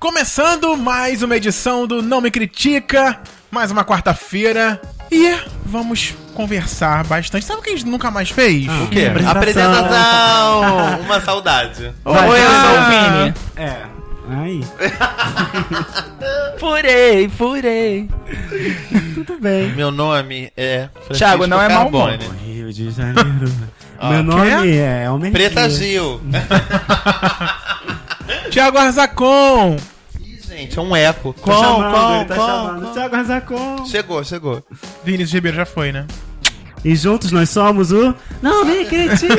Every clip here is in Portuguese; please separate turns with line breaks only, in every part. Começando mais uma edição do Não Me Critica, mais uma quarta-feira. E vamos conversar bastante. Sabe o que a gente nunca mais fez?
Ah,
O quê?
Apresentação.
Apresentação! Uma saudade.
Vai,
Oi, eu
vai.
sou o Vini.
Aí,
Furei, furei.
tudo bem.
Meu nome é. Francisco
Thiago, não é
Carbone.
Rio de Janeiro.
Ó,
Meu nome
quer?
é Elmer
Preta
Dias.
Gil.
Tiago Ah, Arzacon!
Ih, gente, é um eco.
Tá
Qual,
chamando,
qual,
ele tá
qual,
chamando.
qual?
Thiago Arzacon.
Chegou, chegou.
Vinícius Ribeiro já foi, né?
E juntos nós somos o... Não, vem, Cretinho.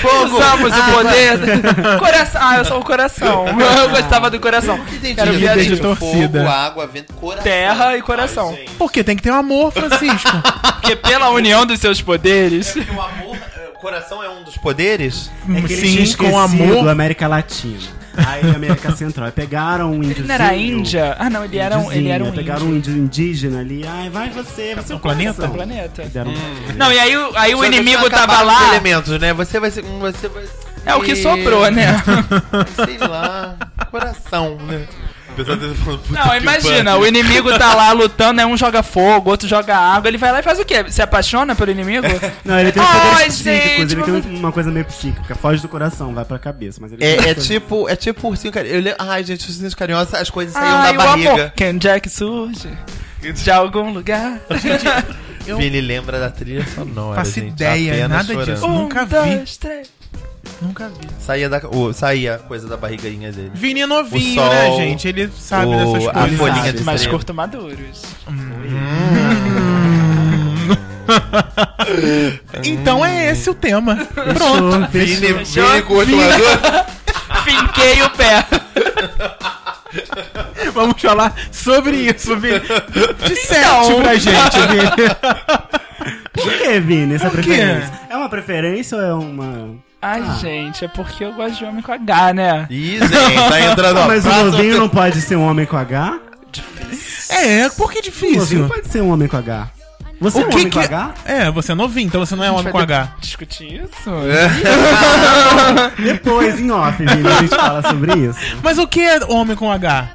Fogo!
Usamos o poder. do- coração. Ah, eu sou o coração. Eu gostava do coração. Quero
Entendi,
ver
Vida
a
de
gente.
Fogo,
torcida.
água, vento, coração.
Terra e coração.
Ai, gente.
Porque tem que ter um amor, Francisco.
Porque pela união dos seus poderes.
Porque o amor, é, o coração é um dos poderes?
É que ele tinha
Sim, com
esquecido né?
amor.
América Latina. Aí América Central. Aí pegaram um índio.
Ele não era índia? Ah, não, ele era um, ele era um
Pegaram
índio.
um índio indígena ali. Ai, vai você, você é o
planeta?
coração. um-
planeta. Hum.
Deram-
Não, e aí, o- aí o
Só que
inimigo
eles não
tava
acabaram com os
lá.
elementos, né? Você vai ser. hum, Você vai
É o que sobrou, né?
Sei lá. Coração, né? Apesar de eu falando, puta
Não,
que
imagina,
pariu.
o inimigo tá lá lutando, né? Um joga fogo, outro joga água. Ele vai lá e faz o quê? Se apaixona pelo inimigo?
Não, ele tem um uns
Ai,
poderes
gente, tipo,
psíquicos, ele
vamos-
tem uma coisa meio psíquica, foge do coração, vai pra cabeça, mas ele tem
É,
umas
é
coisas-
tipo, é tipo ursinho carinhoso. Eu le- Ai, gente, ursinhos carinhosos, as coisas saíam
Ai,
da
o amor.
barriga.
Ken Jack surge de algum lugar.
Eu-
Vini lembra da trilha sonora.
Faço
gente,
ideia,
apenas
nada disso.
chorando.
Nunca
um,
vi.
Dois, três.
Nunca vi.
Saía, da, o- saía coisa da barriguinha dele.
Vini é novinho,
O sol,
né, gente? Ele sabe
o-
dessas
a
coisas.
folhinha
sabe?
de
Ah, Mas
estrela.
curto maduros.
Então
Hum.
é esse o tema. Pronto.
Fechou, fechou.
Vini,
Fechou?
Vini curto
Vini.
maduro.
Finquei o pé.
Vamos falar sobre isso, Vini. Disserte
Então.
pra gente, Vini.
Por que, Vini, essa
Por quê?
preferência? É uma preferência ou é uma.
Ai, gente, é porque eu gosto de homem com H, né?
Ih, gente, tá entrando
Ah,
ó,
mas o
praça-
novinho não pode ser um homem com H?
É, por que
O novinho
difícil?
pode ser um homem com H. Você é um
que
homem com
que-
H?
É, você é novinho, então você não é homem com H.
Discutir isso?
É. Depois, em off, Vini, a gente fala sobre isso.
Mas o que é homem com H?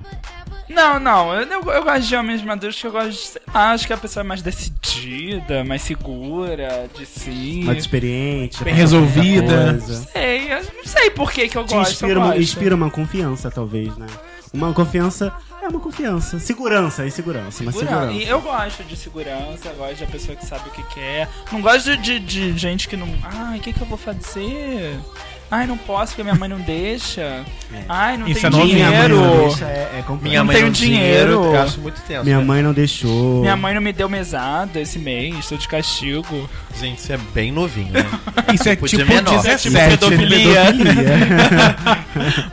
Não, não. Eu, eu, eu gosto de homens maduros que eu gosto de. sei lá, acho que a pessoa é mais decidida, mais segura de si.
Mais experiente,
Bem
mais
resolvida.
coisa.
Sei, eu não sei por que, que eu
Te
gosto.
inspira,
eu
uma,
gosto.
inspira uma confiança, talvez, né? Uma confiança. É uma confiança. Segurança, é segurança, mas
Segurança.
segurança.
E eu gosto de segurança, eu gosto da pessoa que sabe o que quer. Não gosto de, de gente que não. Ai, o que, que eu vou fazer? Ai, não posso porque minha mãe não deixa. Ai, não
Isso
tem
é novinho,
Minha mãe
dinheiro.
não deixa, é, é complicado.
Minha
Não
mãe
tenho
não
dinheiro.
Eu acho muito tenso.
Minha
né?
mãe não deixou.
Minha mãe não me deu mesada esse mês, estou de castigo.
Gente, isso é bem novinho, né?
Isso é
Tipo de
tipo
menor.
17.
É tipo pedofilia.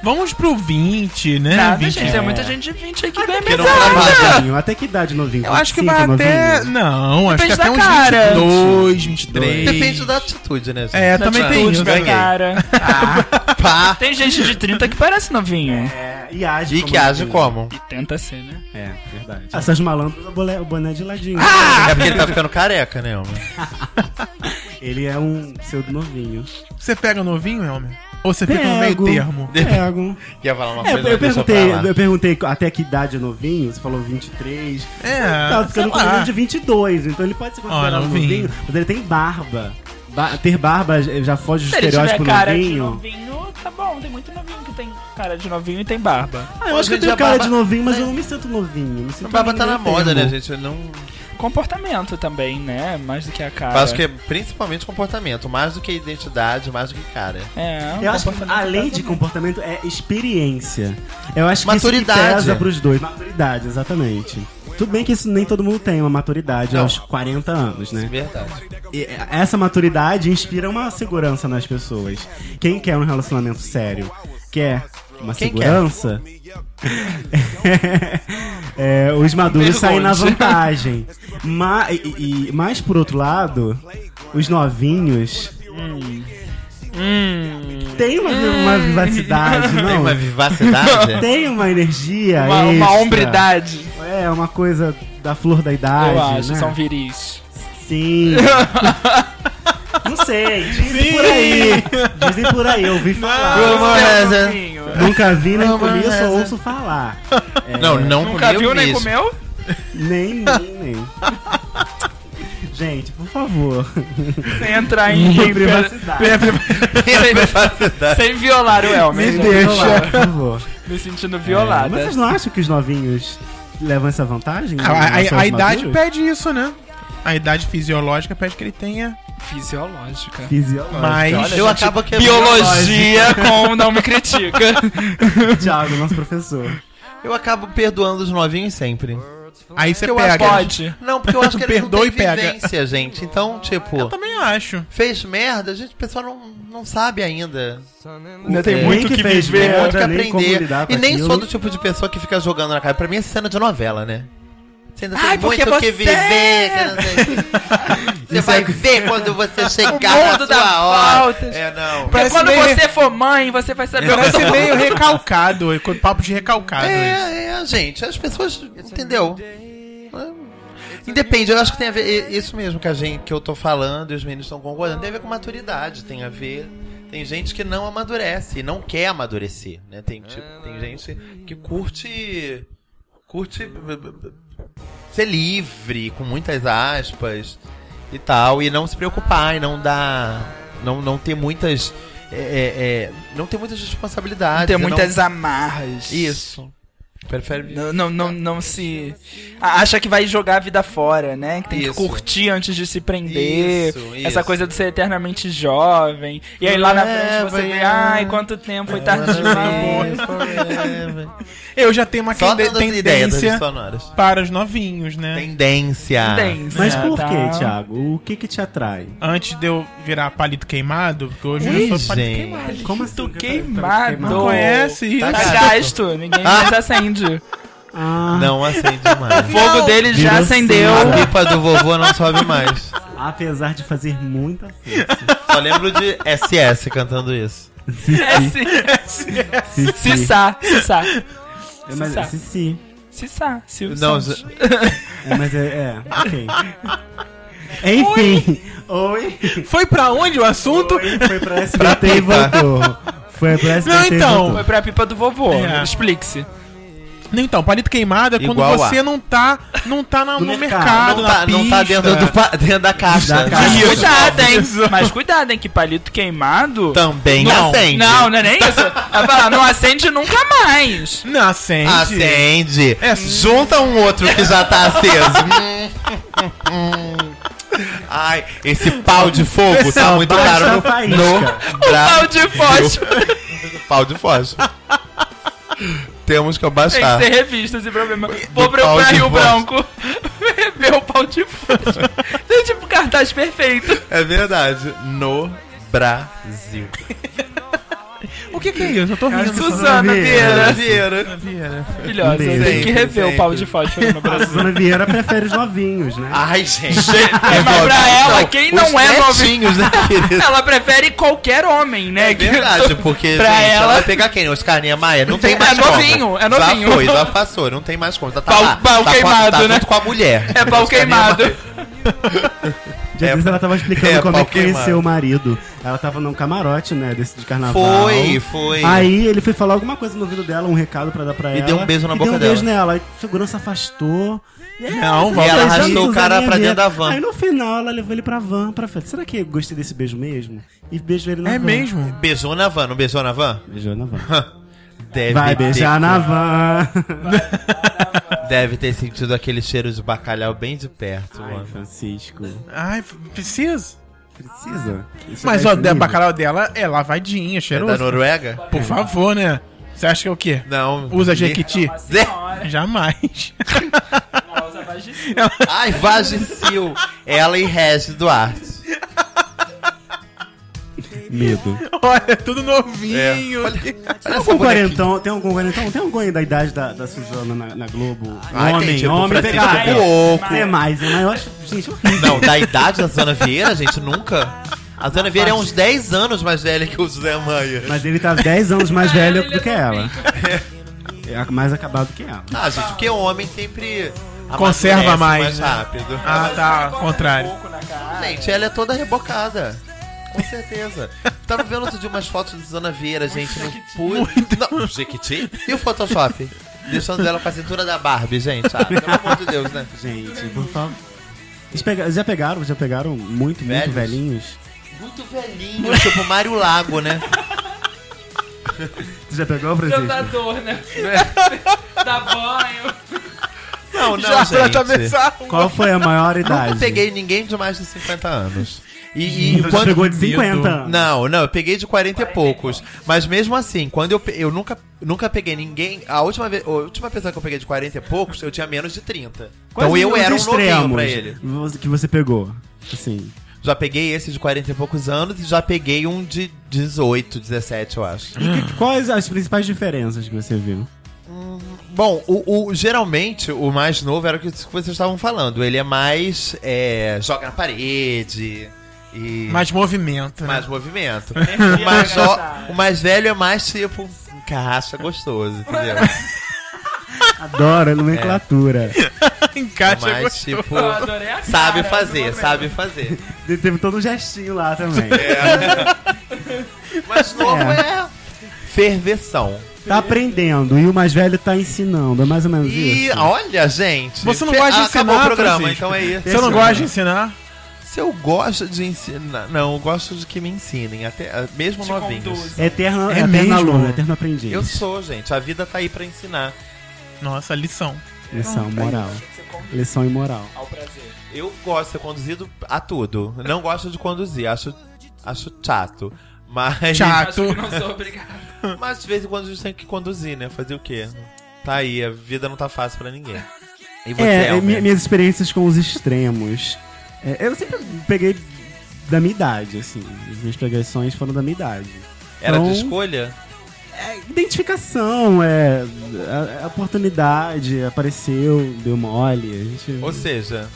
Vamos pro 20, né?
Nada,
20.
gente, tem muita gente de 20 aí que ganha
Porque não tá
mesada.
trabalha.
Novinho, Até que idade novinho?
Eu acho que
25,
vai até.
é novinho?
Não, acho que
Depende
até
da
uns
cara.
22, 23.
Depende da atitude, né? gente?
É, também
atitude,
tem isso.
ganhei.
né, Cara.
Pá.
Tem gente de 30 que parece novinho.
É, e age
E
como
que age
novinho.
como?
E tenta ser, né?
É, verdade. Essas malandras, o boné, o boné de ladinho.
Ah!
É porque ele tá ficando careca, né, homem?
Ele é um pseudo novinho.
Você pega o novinho, Elmer? Ou você fica no meio termo?
Pego.
Quer falar uma
É,
coisa?
eu,
mas deixa
perguntei,
pra lá.
eu perguntei até que idade é novinho, você falou 23.
É,
Tá ficando
sei
com
lá.
menino de 22, então ele pode ser considerado
Ó, novinho.
novinho, mas ele tem barba. Ba- ter barba já foge do
Se ele tiver
estereótipo
cara
novinho.
de novinho, tá bom. Tem muito novinho que tem cara de novinho e tem barba.
Ah, eu
Hoje
acho que
em
eu tenho
dia
cara
barba-
de novinho, mas
né?
eu não me sinto novinho. Me sinto
A barba tá
no
na
meio
moda, né,
termo.
gente? Eu não...
Comportamento também, né? Mais do que a
Ah,
cara.
Eu Acho que é principalmente comportamento, mais do que identidade, mais do que cara.
É,
Eu acho que
comportamento
além
tá
de
também.
comportamento é experiência. Eu acho que isso que
Maturidade.
pesa pros dois. Maturidade, exatamente. Tudo bem que isso nem todo mundo tem uma maturidade
Não.
aos 40 anos, né?
é Verdade.
E é, essa maturidade inspira uma segurança nas pessoas. Quem quer um relacionamento sério? Quer uma
Quem
segurança? É, os maduros
Pergunte.
saem na vantagem. Mas, e, e- mas, por outro lado, os novinhos
Hum.
têm uma, uma vivacidade, não?
Tem uma vivacidade?
Tem uma energia.
Uma, uma
extra.
hombridade,
É, uma coisa da flor da idade.
eu acho.
né?
São viris.
Sim. Não sei, dizem por aí. Dizem por aí, eu ouvi falar.
Rumor
Seu
has it.
novinho.
Nunca vi, nem
Não,
comi,
mas
só
essa-
ouço falar. É,
Não, não
Nunca
comeu
viu nem
mesmo.
comeu?
Nem, nem, nem. Gente, por favor.
Sem entrar em. em-
privacidade.
É,
Privacidade.
sem violar o Elmer.
Me
né?
deixa.
Por favor.
Me sentindo
É,
violada.
mas vocês não acham que os novinhos levam essa vantagem?
A, a-
São
a
os
idade
maduros?
pede isso, né? A idade fisiológica pede que ele tenha
Fisiológica.
é Fisiológica.
mais.
Olha, eu acaba que
Biologia com não me critica.
Thiago, nosso professor.
Eu acabo perdoando os novinhos sempre.
Aí você
Eu
pega.
Pode.
Não, porque eu acho que eles
Perdoa
não
e pega.
têm vivência, gente. Então, tipo,
Eu também acho.
fez merda, a gente, o pessoal não, não sabe ainda.
Ainda tem
É.
muito o
Nem
que
fez
viver.
merda,
Tem que
nem como
aprender.
lidar com
E nem
aquilo.
sou do tipo de pessoa que fica jogando na cara. Pra mim é cena de novela, né? Você ainda tem
Ai, porque
muito o que
você-
viver. que não sei o quê. Você
é
vai ver quando você chegar
mundo
na
dá
sua hora.
voltas.
É, não.
Porque
Parece
quando
meio-
você for mãe, você vai saber o que eu
Parece
tô
meio recalcado, e com é papo de recalcado. isso.
É, é, gente, as pessoas, entendeu? Ah, Independe, eu acho que tem a ver, e- isso mesmo que a gente, que eu tô falando e os meninos estão concordando, tem a ver com maturidade, tem a ver, tem gente que não amadurece, não quer amadurecer, né? Tem, tipo, tem gente que curte, curte b- b- b- ser livre, com muitas aspas e tal, e não se preocupar, e não dar, não, não ter muitas, é, é, é, não ter muitas responsabilidades.
Tem
e não-
muitas amarras.
isso. Prefere.
Não, não, não, não se. a- Acha que vai jogar a vida fora, né? Que tem que
Isso.
curtir antes de se prender.
Isso,
Essa
isso.
coisa de ser eternamente jovem. E aí lá na frente você
Forever
vê,
young.
ai, quanto tempo foi tarde tá demais.
Eu já tenho uma
é Só
tende-
dando ideias
tendência
das sonoras.
para os novinhos, né?
Tendência.
Tendência,
Mas por
tá?
que, Thiago? O que que te atrai?
Antes de eu virar palito queimado, porque hoje
Ui,
eu sou palito
gente.
queimado.
Como assim?
Tu
que
queimado.
Não conhece isso?
Tá
Tá
cara.
gasto, ninguém mais acende.
Ah,
Não acende mais.
O fogo dele já
Virou
acendeu.
A pipa do vovô não sobe mais.
apesar de fazer muita força.
Só lembro de SS cantando isso.
É assim.
Sissi.
Sissá, sissá.
É, mas,
Sissá.
Sissi.
Sissá, Silvio
Não,
Santos.
É, mas é, é, ok. Enfim. Oi.
Foi pra onde o assunto?
Oi, Foi pra SBT e voltou. Foi pra
Não,
SBT
então,
e
Foi
voltou.
pra pipa do vovô.
É.
Explique-se.
Não, então, palito queimado é quando
Igual a.
você não tá, não tá na-
No
no, mercado,
mercado.
Não
na
tá, não tá
pista.
dentro, do pa- dentro da caixa.
Da
Mas
caixa.
Tá. Isso.
cuidado, hein?
Isso.
Mas cuidado, hein? Que palito queimado.
Também
não,
acende.
não, não é nem isso. Ela fala, não acende nunca mais.
Não, acende.
Acende.
É,
Junta um outro que já tá aceso. Hum, hum, hum. Ai, esse pau de fogo tá muito
baixa
caro
a faísca.
no, no
Pau de fósforo.
Pau de fósforo. Temos que
Tem que
abaixar.
ser revista esse problema. Vou
pau
procurar
Ah. de
Rio
fósforo.
Branco. Meu pau de fósforo. Tem tipo cartaz perfeito.
É verdade. No Brasil.
O que que é isso? Eu tô rindo.
Suzana Vieira.
Vieira.
Maravilhosa. Tem que
Sempre,
rever o pau
sempre.
de fósforo no
A
Brasil.
Suzana Vieira prefere os novinhos, né?
Ai, gente.
É, mas pra ela,
Então,
quem
os
não é novinho.
netinhos, né, querida?
Ela prefere qualquer homem, né?
É verdade, porque
Pra
gente,
ela-
vai pegar quem? Os carinha Maia? Não tem
É
mais como.
novinho, é novinho.
Já foi, já passou, não tem mais como. Tá, tá
Pau-
lá,
pau
tá
queimado,
com a, tá
né?
junto com a mulher.
É pau
Os carinha
queimado.
Maia.
Já
É,
disse, ela tava explicando
é,
como é
pau
que
queimado.
conheceu o marido. Ela tava num camarote, né, desse de carnaval.
Foi, foi.
Aí ele foi falar alguma coisa no ouvido dela, um recado pra dar pra
né? E
ela.
deu um beijo na
e
boca
deu um
dela.
beijo nela. Aí a segurança afastou. E aí,
Não,
você
vai.
tá
E ela
beijando
arrastou o cara
Suzaninha
pra dentro
Vieira.
da van.
Aí no final ela levou ele pra van, pra frente. Será que eu gostei desse beijo mesmo? E beijou ele na
É
van.
mesmo?
Beijou na van, não beijou na van?
Beijou na van.
Deve
Vai
ter-
beijar na van.
Deve ter sentido aquele cheiro de bacalhau bem de perto,
Ai,
mano.
Francisco.
Ai, f- precisa.
Precisa. Isso
Mas
é
ó,
nível.
o bacalhau dela é lavadinha,
É da
cheiroso.
Noruega?
Por favor, né? Você acha que é o quê?
Não.
Usa
Ni-
jequiti?
Zé.
Jamais.
Ai, Vagicil. Ela e Regis Duarte.
Medo.
Olha, é tudo novinho.
Olha
Tem
essa
algum
bonequinha.
quarentão, tem algum quarentão, tem algum aí da idade da, da Suzana na, na Globo?
Ah,
Ai, tem, tipo, Francisco
pegado.
Cuoco.
Tem mais, é maior. Gente, horrível.
Não, da idade da Zona Vieira, gente, nunca. A Zona Vieira é uns 10 anos mais velha que o Zé Maia.
Mas ele tá 10 anos
Ah,
mais velho do que ela. É mais acabado que ela.
Ah, gente, porque homem sempre... amadurece
Conserva mais,
mais
né?
rápido.
Ah, tá. ao Contrário.
Gente, ela é toda rebocada. Com certeza. Tava vendo outro dia umas fotos de Zona Vieira, gente, no puro. Não, Jequiti? E o Photoshop? Deixando ela com a cintura da Barbie, gente. Ah, pelo amor de Deus, né?
Gente, por favor. Vocês pega- Já pegaram, já pegaram muito, muito
Velhos?
velhinhos?
Muito velhinho, tipo Mário Lago, né?
Você já pegou, Francisco?
Jogador, né? Dá banho.
Não, não,
Já pra
gente.
atravessar a rua.
Qual foi a maior idade?
Nunca peguei ninguém de mais de 50 anos. E, e
Você
quando-
pegou de 50 anos.
Não, não, eu peguei de 40 e poucos. Mas mesmo assim, quando eu, pe- eu nunca, nunca peguei ninguém. A última, vez, a última pessoa que eu peguei de 40 e poucos, eu tinha menos de 30.
Quais
então eu
os
era um novinho
extremos
pra ele.
vo- Que você pegou. Assim.
Já peguei esse de 40 e poucos anos e já peguei um de 18, 17, eu acho.
E que- quais as principais diferenças que você viu?
Bom, o, o- geralmente o mais novo era o que vocês estavam falando. Ele é mais. é, joga na parede. E...
Mais movimento. né?
Hum. Mais movimento. O mais, jo-
tá.
o mais velho é mais tipo. um Carraça gostoso, entendeu?
Adoro a nomenclatura.
É
Encaixa
mais
gostoso.
tipo.
Eu adorei a
Sabe
cara
fazer,
do
sabe fazer.
Ele Teve todo um gestinho lá também.
É. Mas novo é. Ferveção.
Tá aprendendo e o mais velho tá ensinando. É mais ou menos
E
isso.
olha, gente.
Você não
fe-
gosta de
acabou
ensinar,
o programa,
Francisco.
então é isso.
Você não gosta de ensinar?
Se eu gosto de ensinar. Não, eu gosto de que me ensinem, até ah, mesmo
Te
novinhos.
conduz.
Eterno,
É
eterno
mesmo?
aluno, eterno aprendiz.
Eu sou, gente. A vida tá aí pra ensinar.
Nossa, lição.
Lição moral.
Você conduz
Lição imoral.
ao prazer.
Eu gosto de ser conduzido a tudo. Não gosto de conduzir, acho, acho chato. Mas,
Chato.
Acho que não sou obrigado.
mas de vez em quando a gente tem que conduzir, né? Fazer o quê? Tá aí, a vida não tá fácil pra ninguém. E você,
É,
Elmer?
mi- minhas experiências com os extremos. É, eu sempre peguei da minha idade, assim. As minhas pegações foram da minha idade.
Era de
então-
escolha?
É, identificação, é. A, a oportunidade apareceu, deu mole. A gente...
Ou seja,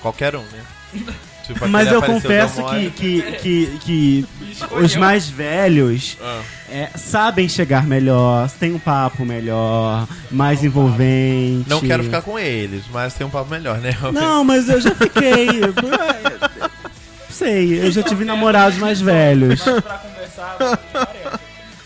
qualquer um, né? Tipo, aquele
Mas eu
apareceu
confesso
da
que,
Mora.
que, que, que os
Escolheu.
mais velhos
Ah.
é, sabem chegar melhor, têm um papo melhor, mais envolvente.
Não quero ficar com eles, mas tem um papo melhor, né?
Não, mas eu já fiquei. Eu- eu- eu- Sei, eu já tive namorados mais velhos.
Mas pra conversar, eu acho que parece.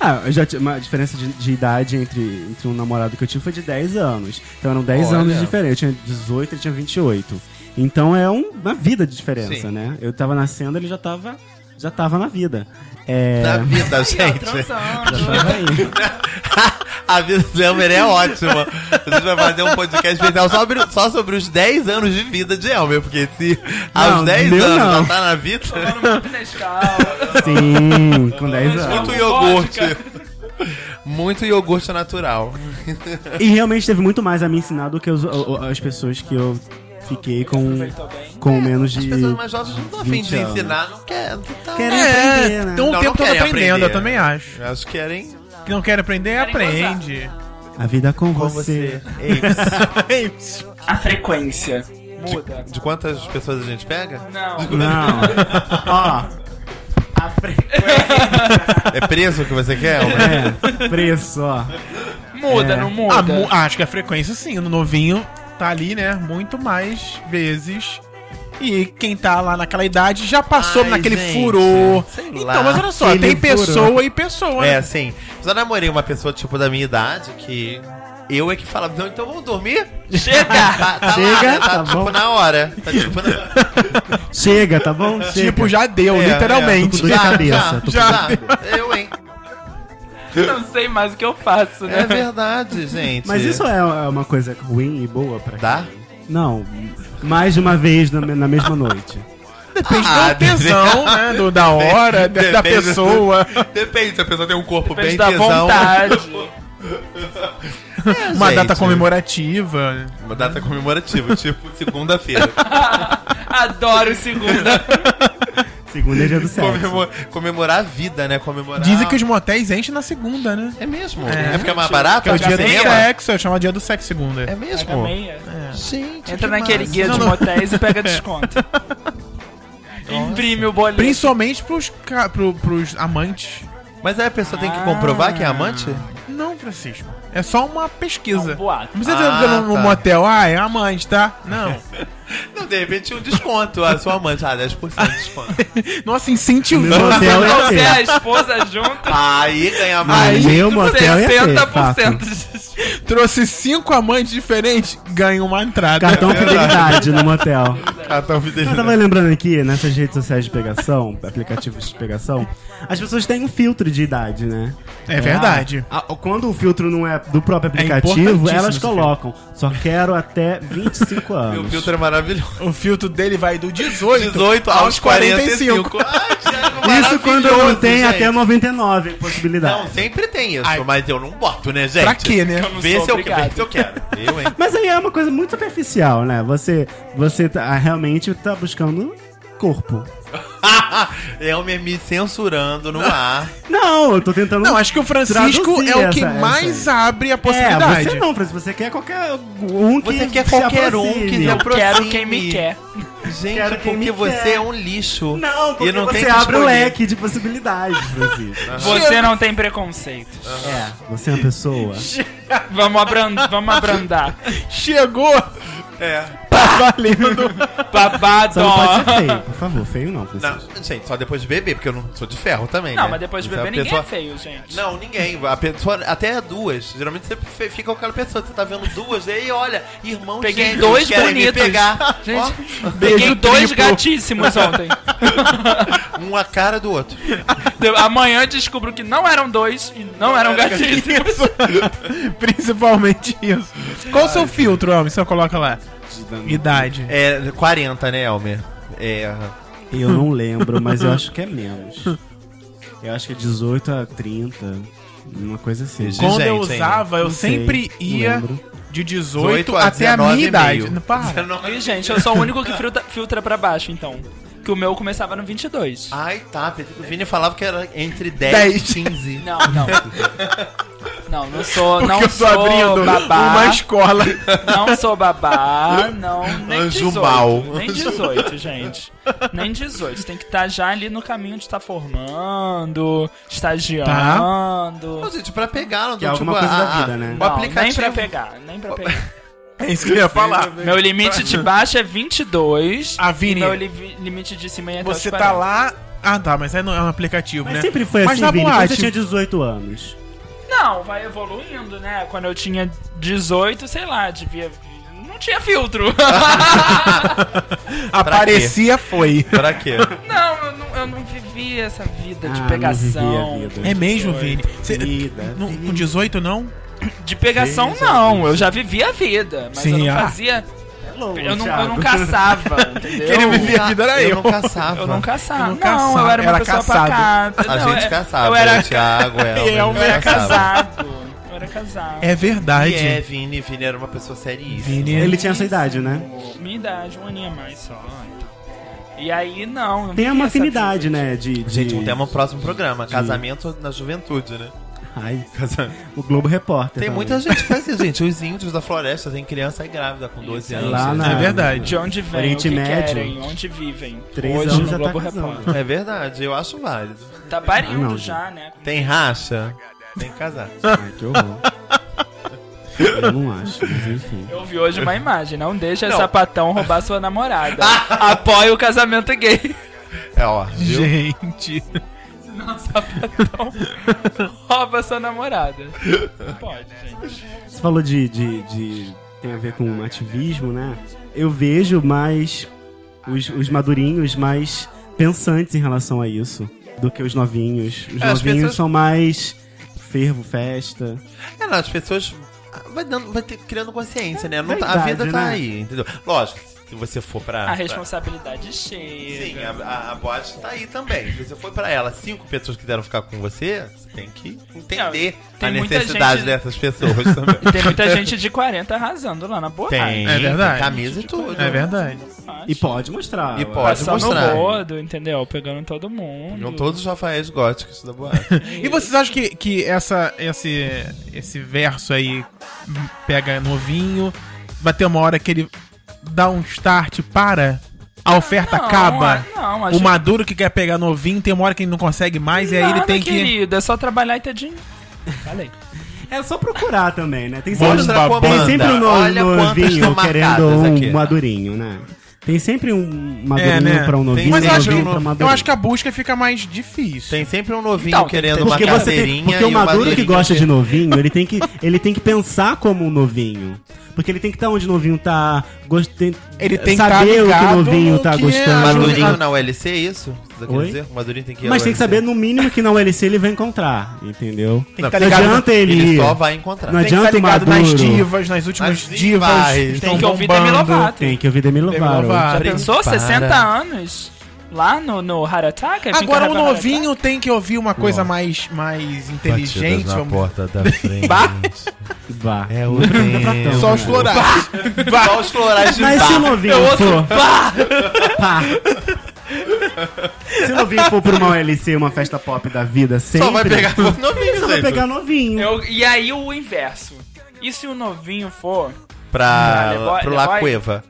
Ah, eu já tive uma diferença de, de idade entre, entre um namorado que eu tive foi de 10 anos. Então eram 10
Olha.
anos de diferença. Eu tinha 18, ele tinha 28. Então é um- uma vida de diferença,
Sim.
né? Eu tava nascendo, ele já tava, já tava na vida. É.
Na vida,
Aí, ó,
gente.
tá transando.
Tava aí.
A vida do Elmer é ótima. A gente vai fazer um podcast especial só sobre, só sobre os 10 anos de vida de Elmer, porque se aos
Não,
10
meu
anos
não.
ela tá na vida,
Tomando muito Nescau.
Sim, com 10 anos.
muito
Vodka.
iogurte. Muito iogurte natural.
E realmente teve muito mais a me ensinar do que os- o- o- as pessoas que eu fiquei com,
Aproveitou bem.
com menos de.
As pessoas mais jovens não estão afim de
20 anos.
ensinar, não querem. Não tá-
Querem aprender,
É,
né?
então
Não,
o
não
tempo todo
querem
aprendendo, eu
aprender.
também acho.
Elas querem
Que não quer aprender,
Querem
aprende.
A vida com,
com
você.
você. É Ei,
A frequência muda.
De quantas pessoas a gente pega?
Não.
Não. Ó. A frequência.
É preso que você quer, Elmer?
É, preço, ó.
Muda,
É.
não
Ah,
muda.
mu- acho que a frequência sim, no novinho tá ali, né? Muito mais vezes. E quem tá lá naquela idade já passou
Ai,
naquele
gente,
furor.
sei
Então,
lá.
mas olha só,
Aquele
tem pessoa
furor.
e pessoa.
É,
né?
assim, já namorei uma pessoa, tipo, da minha idade, que eu é que falava, "Não, então vamos dormir? Chega! Tá, tá lá,
Chega,
né? tá,
tá
tipo,
bom.
na hora. Tá tipo na...
Chega, tá bom? Chega.
Tipo, já deu,
É,
literalmente.
é, tô com dois- cabeça, tô
Já,
com
já. Eu, hein?
Não sei mais o que eu faço, né?
É verdade, gente.
Mas isso é é uma coisa ruim e boa pra
Dá?
quem- Não, mais de uma vez na, me- na mesma noite. é
Depende do
Ah,
um tesão, né? Do, da hora, da- da
Depende do-
pessoa.
Depende, se a pessoa tem um corpo
Depende
bem
da
tesão.
vontade.
Uma
gente.
data comemorativa.
Uma data comemorativa, tipo segunda-feira.
Adoro segunda.
Segunda é dia do sexo.
Comemo- comemorar a vida, né? Comemorar.
Dizem que os motéis enchem na segunda, né?
É mesmo?
É.
É, porque é mais barato?
Que é o dia do
Cinema?
sexo, é chamado dia do sexo segunda.
É
Pega
mesmo?
meia.
Gente,
Entra
que
naquele
massa. É.
guia
Não,
de
não.
motéis e pega desconto. Imprime o boleto.
Principalmente pros, ca- pro, pros amantes. Ah.
Mas aí a pessoa tem que comprovar que é amante?
Não, Francisco. É só uma pesquisa.
É um boato.
Não precisa dizer
Ah,
no, no
tá.
motel, ah, é amante, tá? Não.
Não, de repente um desconto. A sua amante, ah, 10% de desconto.
Nossa, incentivando.
No motel é-
Você e a esposa junto,
Aí ganha mais.
Aí, meu motel ia ter, fato.
60% de...
Trouxe cinco amantes diferentes, ganha uma entrada.
Cartão fidelidade no motel.
tá
Cartão
Eu
fidelidade.
tava lembrando aqui, nessas redes sociais de pegação, aplicativos de pegação, as pessoas têm um filtro de idade, né?
É verdade.
ah, ah, quando o filtro não é do próprio aplicativo,
importantíssimo
elas
esse
colocam. Só quero até 25
Meu
anos.
filtro é maravilhoso.
O filtro dele vai do 18,
18 aos 45. Ai, Thiago,
Isso quando não
maravilhoso,
tem
gente.
até 99 possibilidade.
Não, sempre tem isso,
Ai.
mas eu não boto, né, gente?
Pra quê, né?
não
Vê
sou
se, eu,
obrigado.
vê se eu quero. Eu, hein?
Mas aí é uma coisa muito superficial, né? Você, você tá- ah, realmente tá buscando corpo.
eu me, me censurando no ar.
Não, eu tô tentando.
Não, acho que o Francisco
Traduzir
é o que
essa- essa
mais abre a
é,
possibilidade.
você não, Francisco. Você quer qualquer um que
Você quer
se
qualquer um
aproxime.
que se apro-
Quero
Aproxime.
quem me quer.
Gente,
Quero quem me
porque você
quer.
é um lixo.
Não, porque
E não tem
você é
que
abre o
escolher.
leque de possibilidades, Francisco.
Ah.
Você não tem preconceitos.
é, você é uma pessoa.
Vamos, abran vamos abrandar.
Chegou,
É.
tá valendo.
Babado.
Só não pode ser feio, por favor. Feio não, Francisco.
Não, gente, só depois de beber, porque eu não sou de ferro também.
Não,
né?
mas depois de
Então, a
beber ninguém
pessoa-
é feio, gente.
Não, ninguém. A pessoa, até duas. Geralmente você fe- fica com aquela pessoa, você tá vendo duas, e aí olha, irmãos
Peguei
gêmeos
dois
querem
bonitos.
me pegar.
Gente, Peguei
Beijo
dois
triplo.
gatíssimos ontem.
Ó, um a cara do outro.
De- Amanhã descubro que não eram dois e não eram gatíssimos.
Principalmente isso. Qual o seu filtro, Elmi? Só coloca lá. Idade.
É, 40, né, Elmer? É.
Eu não lembro, mas eu acho que é menos. Eu acho que é 18 a 30, uma coisa assim.
Gente,
Quando eu
hein?
usava, eu
Não sei,
sempre
não
ia
lembro.
de 18
18
até a minha
19,5.
idade. Não, para.
19.
E, gente, eu sou o único que filtra, filtra pra baixo, então. Que o meu começava no 22.
Ah,
Ai, tá. pensei que O Vini falava que era entre 10,
Dez.
e 15.
Não, não. Não, não sou,
Porque
não
eu tô
sou
abrindo
babá.
uma escola.
Não sou babá, não. Nem
Anjo
18,
mau.
Nem 18, gente. Nem 18. Tem que estar já ali no caminho de estar formando, estagiando.
Tá.
Não, gente, pra pegar, não tipo,
Que é alguma coisa da vida, né?
O
Não, nem
aplicativo.
pra pegar, nem pra pegar.
É isso que eu ia falar.
Meu limite de baixo é 22.
Ah, Vini.
E meu li- limite de cima é até
Você
os
tá
40.
lá. Ah, tá, mas aí não é um aplicativo,
Mas
né?
sempre foi
Mas tipo,
assim,
na
Vini, quando
boate.
você tinha 18 anos.
Não, vai evoluindo, né? Quando eu tinha 18, sei lá, devia. Não tinha filtro.
Aparecia, foi.
Pra quê?
não, eu não, eu não vivi essa vida
Ah,
de
não
pegação.
vivi a vida.
É mesmo,
18.
Vini? Você-
Vida,
não-
vida.
com 18, não?
De pegação, não. Eu já vivia a vida, mas
Sim,
eu não
ah.
fazia.
É louco,
Eu não, eu
Thiago.
não caçava, entendeu?
Quem não vivia a vida era eu.
não caçava.
Eu não caçava.
Eu
Não,
não caçava,
eu era uma
era
pessoa
caçado.
pacata.
A
Não,
gente
é-
caçava.
Eu era,
o Thiago, Elmer.
eu era
caçava.
casado. Eu era casado.
É verdade.
E é, Vini. Vini era uma pessoa seríssima.
Vini,
Ele tinha a sua idade, né?
Minha idade, um aninho a mais só. então. E aí, não. não
Tem
vivia
uma
essa
afinidade,
vida.
né? De, de...
Gente, um tema pro próximo programa. Casamento na juventude, né?
Ai, o Globo Repórter. tá
Tem
também.
muita gente que faz isso, gente. Os índios da floresta tem criança aí grávida com 12 anos.
Lá na-
É verdade.
De onde vem,
Oriente
o que
Médio.
querem, onde vivem.
Três
Hoje
anos
no
já tá
Globo
casando.
Repórter.
É verdade, eu acho válido.
Tá parindo
Ah, não,
já, né?
Tem racha? Tem que casar.
Ai, que horror. eu não acho, mas enfim.
Eu vi hoje uma imagem. Não deixa
Não.
sapatão roubar sua namorada. Apoia o casamento gay.
É, ó, viu?
Gente.
Não, sapatão rouba sua namorada. Pode, gente.
Você falou de, de, de- tem a ver com ativismo, né? Eu vejo mais os, os madurinhos mais pensantes em relação a isso do que os novinhos. Os
É, as
novinhos
pessoas-
são mais fervo, festa.
É, não, as pessoas ah, vai, dando, vai ter- criando consciência, né? Não
Da
tá- a
idade,
vida tá
É né?
aí, entendeu? Lógico, se você for pra.
A
pra-
responsabilidade
Sim,
chega.
a, a, a boate tá aí também. Se você for pra ela, cinco pessoas quiseram ficar com você, você tem que entender
Não, tem
a
muita
necessidade
gente-
dessas pessoas também.
Tem muita gente de 40 arrasando lá na boate.
Tem,
É verdade.
tem camisa e tudo.
É verdade.
E pode mostrar. é
E
ué.
pode.
Só
mostrar.
no rodo, entendeu? Pegando todo mundo.
Não todos os Rafaéis góticos da boate.
E vocês acham que, que essa, esse, esse verso aí pega novinho, vai ter uma hora que ele dá um start para, a oferta
Não,
acaba?
a- não, acho
O maduro que quer pegar novinho tem uma hora que ele não consegue mais e aí ele
Nada,
tem que.
querido, é só trabalhar e ter dinheiro. Falei.
É só procurar também, né? Tem
Olha
sempre,
os
Mostra como
babando.
tem sempre um no-
Olha quantas
novinho
estão
querendo
marcadas
um
aqui, né?
madurinho, né? Tem sempre um madurinho
É, tá né?
pra um novinho,
Mas
um
eu acho,
novinho pra
eu
madurinho.
acho que a busca fica mais difícil.
Tem sempre um novinho
Então,
querendo uma
porque você tem,
carteirinha.
porque o
e um
maduro que
madeirinho
gosta de novinho, ele tem que, ele tem que pensar como um novinho. Porque ele tem que estar onde o novinho tá gostando.
Ele tem que
saber
tá
o que
ligado
o novinho tá
que é
gostando.
Madurinho na ULC, é isso? Você quer
Oi?
dizer? O Madurinho tem que ir
Mas
à
tem que
ULC.
saber no mínimo que na ULC ele vai encontrar, entendeu?
Tem que tá
não
ligado-
adianta ele.
Ele
ir.
só vai encontrar.
Não
Tem que estar
adianta o
ligado nas
maduro.
divas, nas últimas divas.
Nas divas.
que estão
Tem que ouvir Demi
bombando.
Lovato.
Tem que ouvir Demi
Demi
Lovato.
Lovato.
Já
Para,
pensou?
para.
60 anos? Lá no, no Heart Attack? Fica
Agora o
Heart Attack?
novinho tem que ouvir uma coisa mais, mais inteligente.
Batidas na
vamos-
porta da frente.
Vá.
é o tempo.
Só os florais.
Só os florais de
Mas se o
bar.
novinho for. Pá! Se o novinho for pra uma LC, uma festa pop da vida, sempre.
Só vai pegar o
Só vai
novinho sempre.
pegar novinho.
Eu- e aí o inverso. E se o novinho for Ah,
Pra,
Levoy-
pro La
Levoy?
Cueva.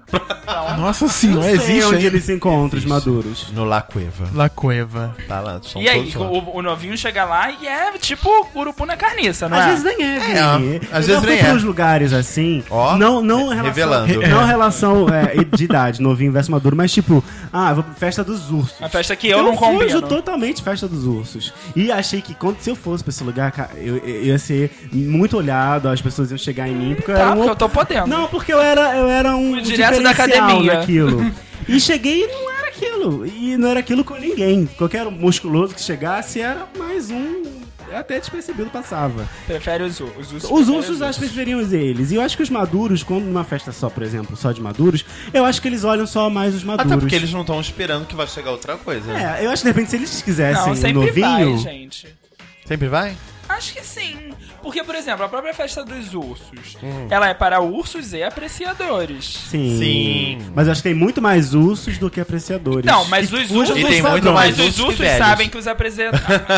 Nossa senhora,
Não sei
existe
onde
ainda.
eles se encontram, os maduros.
No La Cueva.
La Cueva.
Tá lá, são
e aí,
todos lá.
o, o novinho chega lá e é tipo urubu na carniça, não
Às
é?
vezes nem é, Vini.
ó. Às
eu
vezes
já fui
nem
pra
é.
uns lugares assim.
Ó,
não, não
re-
relação,
revelando.
Não relação é, de idade, novinho versus maduro, mas tipo, ah, vou pra festa dos ursos.
Uma festa que eu, não
fujo
combino.
totalmente festa dos ursos. E achei que quando se eu fosse pra esse lugar, cara, eu, eu ia ser muito olhado, as pessoas iam chegar em mim, porque eu
Tá,
era um
porque eu tô podendo.
Não, porque eu era, eu era um
Direto
diferencial
da academia.
naquilo. E cheguei e não era aquilo. E não era aquilo com ninguém. Qualquer um musculoso que chegasse era mais um. Até despercebido passava.
Prefere os, os ursos.
Os
prefere
ursos, eu acho que preferiam eles. E eu acho que os maduros, quando numa festa só, por exemplo, só de maduros, eu acho que eles olham só mais os maduros.
Até porque eles não estão esperando que vai chegar outra coisa. né?
É, eu acho que de repente se eles quisessem
Não,
um
sempre vai,
novinho.
gente.
Sempre vai?
Acho que sim. Porque, por exemplo, a própria festa dos ursos, ela é para ursos e apreciadores.
Sim.
Sim.
Mas eu acho que tem muito mais ursos do que apreciadores.
Não, mas os ursos,
E tem muito
mas
mais
os
ursos que
ursos
velhos.
sabem que os, aprese-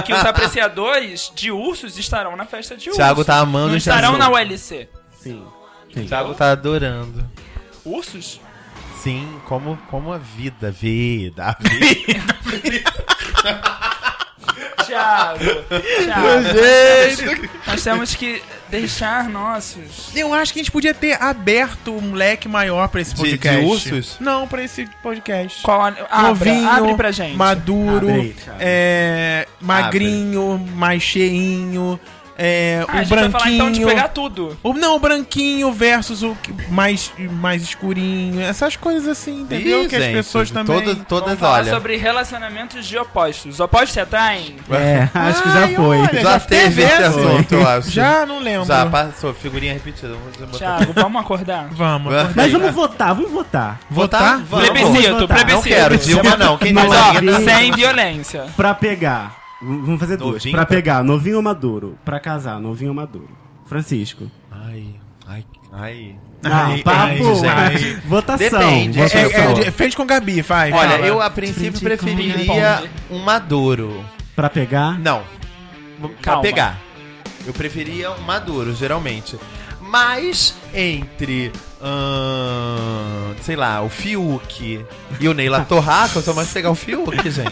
que os apreciadores de ursos estarão na festa de ursos.
Thiago tá amando
Não
esse
estarão na
assunto.
ULC.
Sim. Sim.
Thiago tá adorando.
Ursos?
Sim, como, como a vida, vida, a vida.
Thiago, Thiago. Nós temos que deixar nossos.
Eu acho que a gente podia ter aberto um leque maior pra esse
De-
podcast.
de ursos?
Não, pra esse podcast.
Qual a... abre, abre pra gente.
maduro,
Abre aí, Thiago.
é, magrinho, mais cheinho, é,
Ah, a
o
gente vai falar então de
branquinho...
pegar tudo.
o, não, o branquinho versus o que- mais, mais escurinho. Essas coisas assim, entendeu?
Ih,
que as
gente,
pessoas também...
Todas,
Vamos
todas
falar
olha.
sobre relacionamentos de opostos. Opostos tá, se atraem?
É, acho que já
Ai,
foi.
olha,
Já teve esse
essa.
assunto, eu acho.
Já não lembro.
Já passou, figurinha repetida. Vamos botar-
Thiago, vamos acordar?
Vamos.
Vai.
Mas vamos votar, vamos votar.
Votar?
Votar? Vamos.
Plebiscito,
votar.
plebiscito.
Não quero, Dilma não. Quem tá-
Mas,
não
ó,
Marina
Sim.
Sem violência.
Pra pegar. v- Vamos fazer duas.
Novinho,
Pra
tá?
pegar, novinho ou maduro? Pra casar, novinho ou maduro? Francisco.
Ai, ai, ai.
Não,
Ai,
papo.
ai, gente.
Votação.
Depende,
É,
votação.
é, de- fez com Gabi, vai.
Olha,
fala.
eu a princípio preferiria um maduro.
Pra pegar.
Não. Pra
Calma.
pegar. Eu preferia um maduro, geralmente. Mas entre. ahn, sei lá, o Fiuk e o Neila Torraca, eu só mais pegar o Fiuk, gente.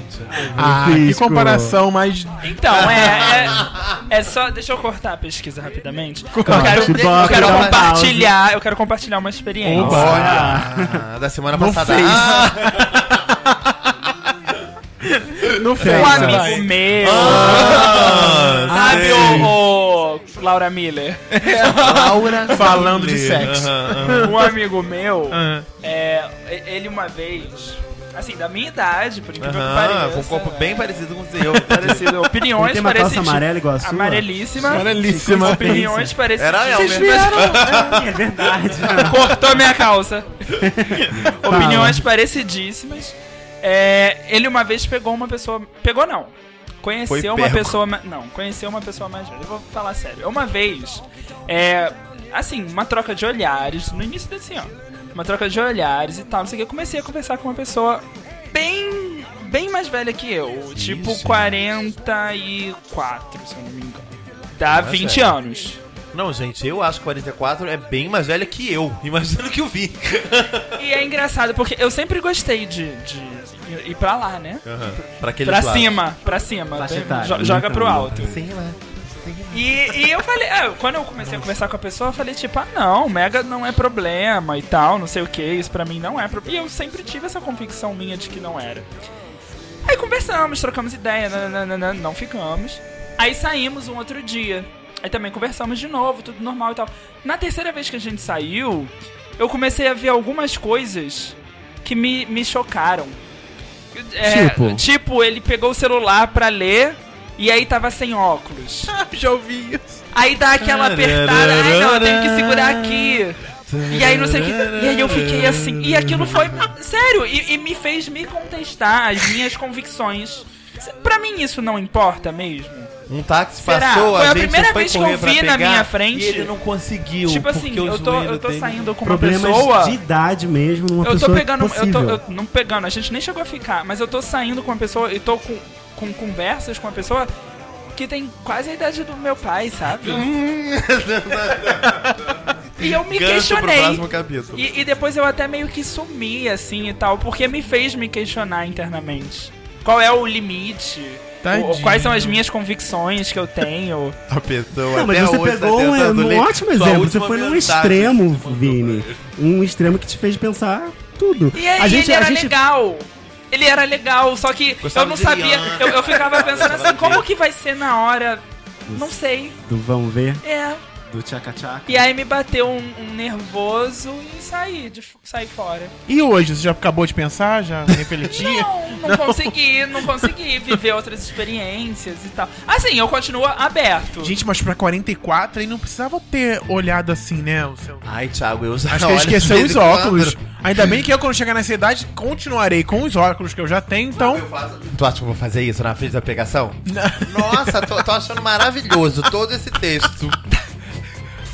Ah, que
Francisco.
comparação mais
Então, é, é. é só. Deixa eu cortar a pesquisa rapidamente. Eu
Corte,
quero, eu
bota,
quero
dá uma
compartilhar. Eu quero compartilhar uma experiência.
Opa.
Olha! Da semana
Não
passada.
fez.
Ah,
Não
Um
fez.
amigo
Vai.
meu.
ah,
sabe,
sei.
o, o Laura Miller?
Laura
Falando de
Miller.
sexo.
Aham, aham.
Um amigo meu,
Ah.
é, ele uma vez, assim, da minha idade, por incrível que
Aham,
pareça.
com um corpo
né?
bem parecido com o seu.
parecido.
Não
Opiniões
tem uma calça
parecidas.
amarela igual a sua?
Amarelíssima.
Amarelíssima.
Opiniões parecidas. né?
Era eu mesmo.
É verdade.
Cortou minha calça.
Tá.
Opiniões parecidíssimas. É, ele uma vez pegou uma pessoa. Pegou não.
Foi
Conheceu
pego.
uma pessoa. ma- Não, conheceu uma pessoa mais velha. Eu vou falar sério. Uma vez. É, assim, uma troca de olhares. No início desse ano. Uma troca de olhares e tal, não sei o que. Eu comecei a conversar com uma pessoa bem. bem mais velha que eu. Tipo 44, se eu não me engano. Dá
Nossa,
20
é.
anos.
Não, gente, eu acho que 44 é bem mais velha que eu. Imagina o que eu vi.
E é engraçado, porque eu sempre gostei de, de ir pra lá, né?
Pra aquele
Pra cima, pra cima.
Faixa
Bem-
etária,
jo-
né?
joga pro
Então,
alto.
Sim, né? tem que.
E, e eu falei, ah, quando eu comecei a conversar com a pessoa, eu falei, tipo, ah, não, Mega não é problema e tal, não sei o que, isso pra mim não é problema. E eu sempre tive essa convicção minha de que não era. Aí conversamos, trocamos ideia, nananana, não ficamos. Aí saímos um outro dia. Aí também conversamos de novo, tudo normal e tal. Na terceira vez que a gente saiu, eu comecei a ver algumas coisas que me, me chocaram. É,
Tipo?
tipo, ele pegou o celular pra ler e aí tava sem óculos.
Já ouvi isso.
Aí dá aquela apertada, ai não, eu tenho que segurar aqui. E aí não sei o que. E aí eu fiquei assim. E aquilo foi. Sério, e, e me fez me contestar as minhas convicções. Pra mim isso não importa mesmo.
Um táxi
Será?
passou,
Foi a
gente
primeira
foi
vez que
correr
eu
pra
vi na
pegar
minha frente.
E ele não conseguiu.
tipo assim,
porque o
eu tô,
joelho
eu tô
dele-
saindo com uma
Problemas
pessoa.
de idade mesmo numa
Eu tô
pessoa
pegando. Eu tô.
possível.
eu- não pegando, a gente nem chegou a ficar, mas eu tô saindo com uma pessoa e tô com, com conversas com uma pessoa que tem quase a idade do meu pai, sabe? e eu me
Gancho pro
questionei.
próximo capítulo.
E, e depois eu até meio que sumi, assim e tal, porque me fez me questionar internamente. Qual é o limite?
Tadinho.
Ou- ou quais são as minhas convicções que eu tenho?
A pessoa
Não, mas
até
você
hoje
pegou
tá
um,
tentando
um
ler
ótimo
sua
exemplo. Você
última
foi num
mensagem. assim,
extremo, Vini. Um extremo que te fez pensar tudo.
E aí,
a gente,
ele era
a gente
legal. Ele era legal, só que
Gostava
eu não
de
sabia.
Rihanna.
Eu, eu ficava pensando
Gostava
assim,
de-
como que vai ser na hora? Não sei.
do vamos ver
É.
do tchaca tchaca.
E aí me bateu um, um nervoso e saí, de, f- saí fora.
E hoje, você já acabou de pensar? Já refletia?
Não, não, consegui, não consegui viver outras experiências e tal. Assim, eu continuo aberto.
Gente, mas pra 44 aí não precisava ter olhado assim, né? O seu...
Ai, Thiago, eu já
Acho que
olho
eu
de
esqueceu
vez
os
em quando.
óculos. Ainda bem que eu, quando chegar nessa idade, continuarei com os óculos que eu já tenho, então.
Tu acha que eu vou fazer isso na frente da pegação? Nossa, tô, tô achando maravilhoso todo esse texto.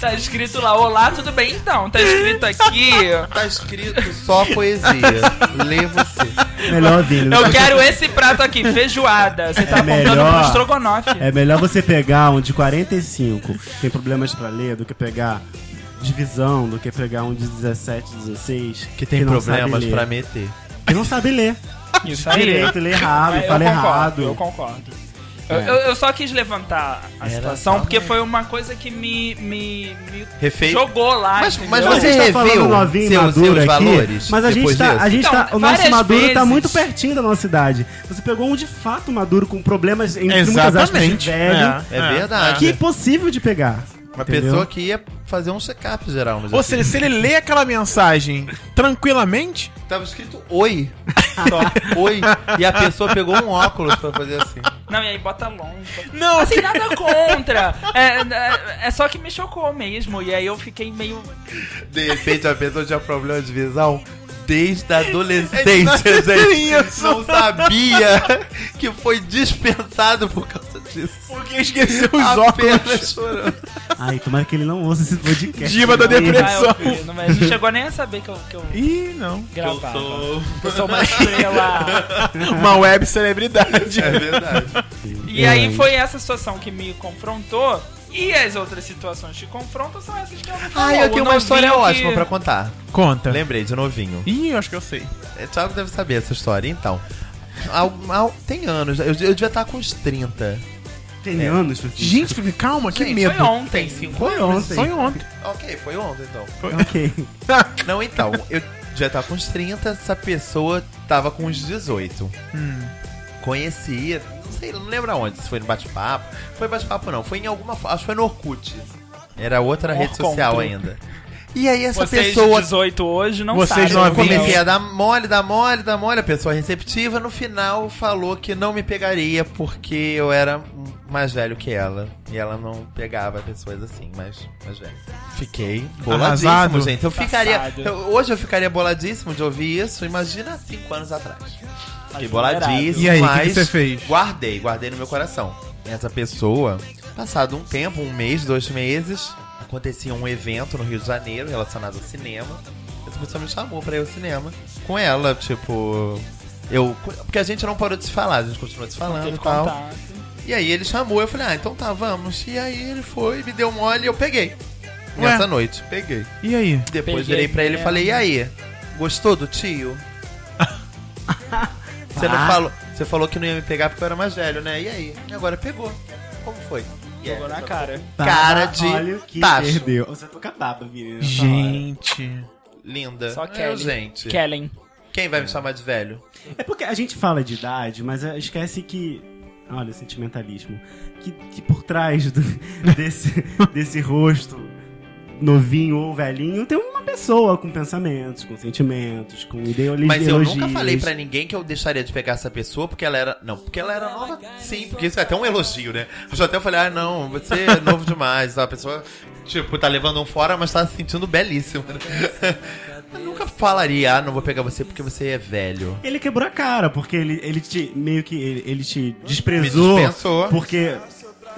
Tá escrito lá, olá, tudo bem então? Tá escrito aqui.
Tá escrito só poesia. Lê você.
Melhor, Vini.
Eu quero esse prato aqui, feijoada. Você
tá
tá
É
apontando
melhor.
pro estrogonofe.
É melhor você pegar um de 45, que tem problemas pra ler, do que pegar divisão, do que pegar um de 17, 16,
Que tem
não
problemas
sabe ler.
pra meter.
Que não sabe ler.
Tá
Isso
Direito, lê errado,
Eu
fala
concordo,
errado.
Eu concordo. Eu, eu- eu só quis levantar a
Era
situação
só
porque
uma-
foi uma coisa que me, me, me
Refei-
jogou lá.
Mas-
entendeu?
mas
A
você-
gente tá
reviu
falando novinho
seus-
maduro
seus
aqui,
valores
mas a gente
depois
tá,
disso?
a gente
Então,
tá, o
várias
nosso maduro tá
vezes-
muito pertinho da nossa idade. Você pegou um de fato maduro com problemas entre muitas aspas de velho,
É verdade.
que é impossível de pegar.
Uma
entendeu?
pessoa que ia fazer um check-up geral. Mas
Ou seja, se ele lê aquela mensagem tranquilamente,
tava escrito oi. Só oi. E a pessoa pegou um óculos pra fazer assim.
Não, e aí bota longe.
Não,
Assim, nada contra. É, é, é só que me chocou mesmo. E aí eu fiquei meio.
De repente a pessoa tinha problema de visão desde a adolescência, gente. Não sabia que foi dispensado por causa disso.
porque esqueceu os
Apenas
óculos.
chorando.
Ai, tomara que ele não ouça esse podcast.
Diva da
Não, hein?
depressão.
Ah, eu fui, não, mas não chegou nem a saber que eu, que eu
Ih, não.
gravava. Eu sou uma estrela.
Uma web celebridade.
É verdade.
E
É.
É.
aí foi essa situação que me confrontou. E as outras situações que confrontam são essas que eu não falo.
Ah, eu tenho
Não
uma história
vi que-
ótima Tá. pra contar.
Conta.
Lembrei de novinho.
Ih, eu acho que eu sei.
É, Thiago deve saber essa história. Então, al- al- tem anos, eu, eu devia estar com uns 30.
Tem anos,
Gente, calma, que
Gente,
medo.
Foi ontem.
foi ontem.
Foi ontem.
Ok, foi ontem então.
Ok.
Não, então, eu devia estar com uns 30, essa pessoa tava com uns 18.
Hum.
Conhecia, não sei, não lembro aonde, se foi no bate-papo. Foi bate-papo não, foi em alguma. fo- Acho que foi no Orkut. Era outra rede
Orcontro.
social ainda. E aí essa
Vocês
pessoa
de 18 hoje não
Vocês
sabem. é.
Eu
novinhos.
comecei a dar é? mole, dar mole, dar mole. A pessoa é receptiva, no final, falou que não me pegaria porque eu era mais velho que ela. E ela não pegava pessoas assim, mais, mais velhas. Fiquei boladíssimo,
Arrasado.
gente. Eu ficaria.
Passado.
eu- hoje eu ficaria boladíssimo de ouvir isso. Imagina há cinco anos atrás.
Tá
Tá
Fiquei boladíssimo,
E aí, o que que
mas
você fez?
guardei, guardei no meu coração. Essa pessoa, passado um tempo, um mês, dois meses, acontecia um evento no Rio de Janeiro relacionado ao cinema. Essa pessoa me chamou pra ir ao cinema com ela, tipo. Eu. Porque a gente não parou de se falar, a gente continuou se falando e
Teve
tal.
contato.
E aí ele chamou, eu falei, ah, então tá, vamos. E aí ele foi, me deu um olho e eu peguei.
Ué.
Nessa noite, peguei.
E aí?
Depois
Peguei É.
virei pra ele e
mesmo.
falei, e aí? Gostou do tio?
Ah.
você não falou. Você falou que não ia me pegar porque eu era mais velho, né? E aí? E agora pegou. Como foi?
Jogou
É, tá
na cara.
Cara de
Tá, Olha o que
tacho.
perdeu. Você é toca baba, menina. tá nessa
Gente.
Linda.
Só
É,
Kelly.
gente.
Kellen.
Quem vai me chamar de velho?
É porque a gente fala de idade, mas eh, esquece que. Olha, sentimentalismo. Que, que por trás do- desse, desse rosto novinho ou velhinho tem uma pessoa com pensamentos, com sentimentos, com ideologias.
Mas eu nunca falei pra ninguém que eu deixaria de pegar essa pessoa porque ela era. Não, porque ela era nova. Sim, porque isso é até um elogio, né? Eu já até falei, ah, não, você é novo demais. A pessoa, tipo, tá levando um fora, mas tá se sentindo belíssima. né? Eu nunca falaria, ah, não vou pegar você porque você é velho.
Ele quebrou a cara, porque ele, ele te meio que ele, ele te desprezou.
Me dispensou.
Porque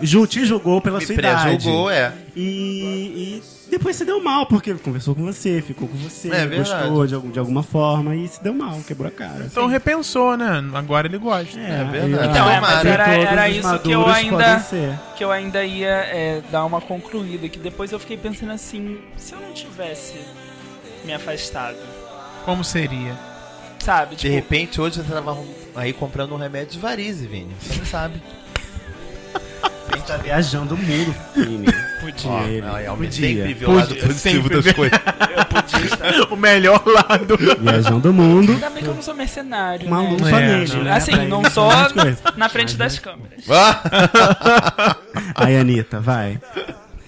ju, te julgou pela
Me
sua idade.
pré-julgou, é.
E, e depois se deu mal, porque conversou com você, ficou com você,
É verdade.
gostou de, algum- de alguma forma e se deu mal, quebrou a cara.
Então repensou, né? Agora ele gosta.
É,
verdade.
Então, é, mas
Tomara.
era,
Todos
era
os
isso que eu
maduros podem
ainda
ser.
que eu ainda ia é, dar uma concluída, que depois eu fiquei pensando assim, se eu não tivesse me afastado,
Como seria?
sabe?
De
Tipo,
repente, hoje você tava aí comprando um remédio de varize, Vini. Você não sabe.
A gente tá viajando o mundo, Vini. Podia
Ó,
ele.
aí, ó,
Podia.
sempre vê o lado
Podia,
positivo
sempre
das
vê.
coisas.
o melhor lado.
Viajando o mundo.
ainda bem que eu não sou mercenário,
Uma
né?
lupa
É, Uhum.
nele.
não,
né, pra
Assim, não
ele
sou
fazer as coisas.
na frente das câmeras.
Ah,
Aí, Anitta, vai.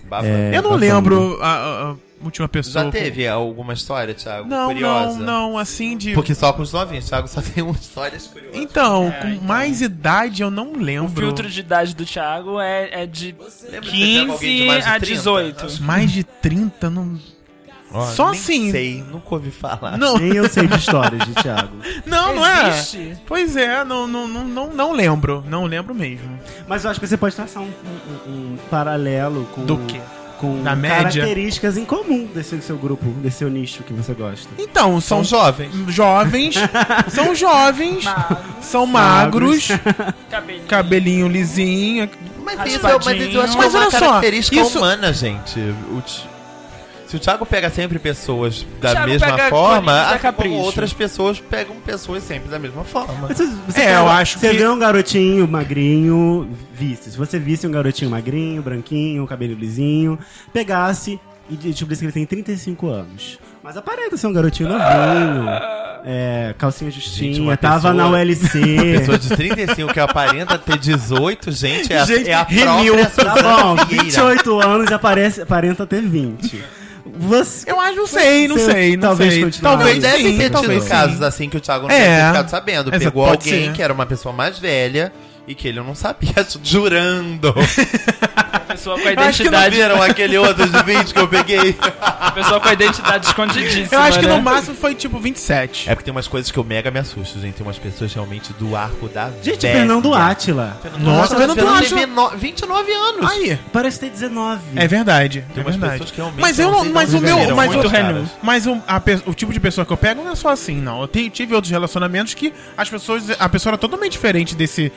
bafa.
É,
eu não
tá
lembro a, a- a última pessoa.
Já teve alguma história, Thiago?
Não,
curiosa?
não, não, assim de.
Porque só com os novinhos, Thiago só tem uma história curiosas.
Então, com mais idade eu não
O
lembro.
filtro de idade do Thiago é, é de
Lembra de ter pego alguém de
15
mais de
a
30?
18.
Mais de 30, não. Só assim.
sei, nunca ouvi falar.
Não,
Nem eu sei de histórias de Thiago.
não, não é.
Existe?
Pois é, não, não, não, não, não lembro. Não lembro mesmo.
Mas eu acho que você pode traçar um, um- um paralelo com,
Do quê?
com
Da média?
características em comum desse seu grupo, desse seu nicho que você gosta.
Então, são,
São jovens.
jovens. são jovens.
Magro,
São magros.
cabelinho.
cabelinho lisinho.
Mas isso, é- mas isso eu acho que é
Mas
uma
olha só,
característica
isso-
humana, gente. O Ti- Se o Thiago pega sempre pessoas da
Thiago
mesma
pega
forma,
colinhos da
assim como
Capricho.
outras pessoas pegam pessoas sempre da mesma forma.
Mas Você, você
É,
pega-
eu acho
você
que-
vê um garotinho magrinho, visse. Se você visse um garotinho magrinho, branquinho, cabelo lisinho, pegasse e descobrisse que ele tem 35 anos. Mas aparenta ser um garotinho novinho, é, calcinha justinha,
Gente, uma
tava
pessoa-
na ULC.
Pessoa de 35 que aparenta ter 18, gente, é,
Gente,
a, é a
remiu.
própria
Tá bom,
Suzana Vieira.
28 anos e aparece, aparenta ter 20. Você,
Eu acho, não sei, não
Você
sei, não
talvez
sei.
continue.
Talvez
Talvez
deve
sim,
ter
talvez
tido
sim.
casos assim que o Thiago não
É.
deve ter ficado sabendo.
Essa
Pegou
pode
alguém
ser.
que era uma pessoa mais velha e que ele não sabia, jurando.
Pessoa com a
Eu acho que não
identidade,
viram aquele outro de 20 que eu peguei.
pessoa com a identidade escondidíssima.
Eu acho que
né?
no máximo foi tipo 27.
É porque tem umas coisas que eu mega me assusto, gente. Tem umas pessoas realmente do arco da
gente,
velha.
Fernando Átila.
Nossa,
Fernando
Fernando
Fernando
Átila.
teve no- 29 anos.
Aí,
Parece ter 19.
é verdade.
Tem
É
umas
verdade.
pessoas que realmente
Mas eu
não
não,
sei
mas
de
o
onde
meu,
vieram,
mas o
muitos
Renan,
caras.
mas o, a pe- o tipo de pessoa que eu pego não é só assim, não. Eu te- tive outros relacionamentos que as pessoas, a pessoa era totalmente diferente desse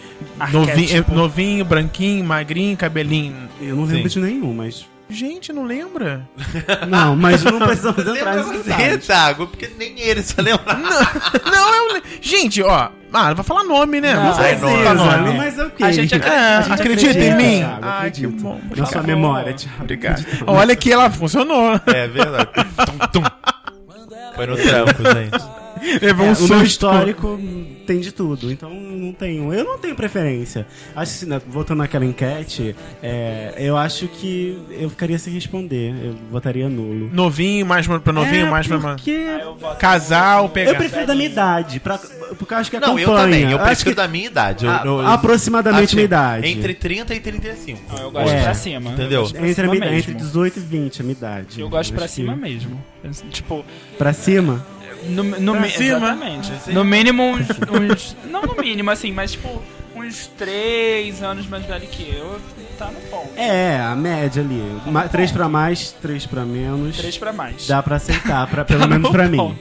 novinho,
Arquétipo.
eh, novinho, branquinho, magrinho, cabelinho.
Eu não lembro
Sim.
de nenhum, mas.
Gente, não lembra?
Não, mas não precisamos entrar
Lembra
nesse
você,
detalhe.
Thiago? Porque nem ele se lembra.
não, não, eu, le- gente, ó, ah, não vai falar nome, né?
Não,
sei
é
falar
nome.
nome.
Não, mas é o quê?
A gente acredita,
É,
a gente
acredita, em mim?
Thiago,
Ai, que
acredito.
bom.
Na
Obrigado.
sua memória, Thiago.
Obrigado. Olha que ela funcionou.
É verdade. Tum, tum. Foi no tranco, gente.
Levou
É,
um
o meu
susto.
histórico tem de tudo, então não tenho. Eu não tenho preferência. Acho que, né, voltando naquela enquete, é, eu acho que eu ficaria sem responder. Eu votaria nulo.
Novinho, mais pra pra novinho,
É,
mais pra ma-
porque
Ah,
Casal, pegar.
Eu prefiro da minha idade, pra, porque eu acho que
Não,
acompanha.
eu também. Eu
acho
prefiro
que
da minha idade. Eu-
a-
eu-
aproximadamente
acho-
minha idade.
Entre 30 e 35.
Não, Ah, eu gosto
É,
pra cima.
entendeu?
Eu gosto pra
entre, a
cima
minha,
Tipo mesmo.
entre 18 e 20 a minha idade.
Eu gosto pra
Acho
cima
que-
mesmo. Tipo,
Pra cima?
no, no
Pra
mi-
cima?
Exatamente. No mínimo uns, uns- Não no mínimo, assim, mas tipo, uns 3 anos mais velho que eu. Tá no ponto.
É, a média ali. Ma- Três pra mais, três pra
É.
menos.
3 pra mais.
Dá pra aceitar, pra, pelo
Tá
menos
bom.
pra mim.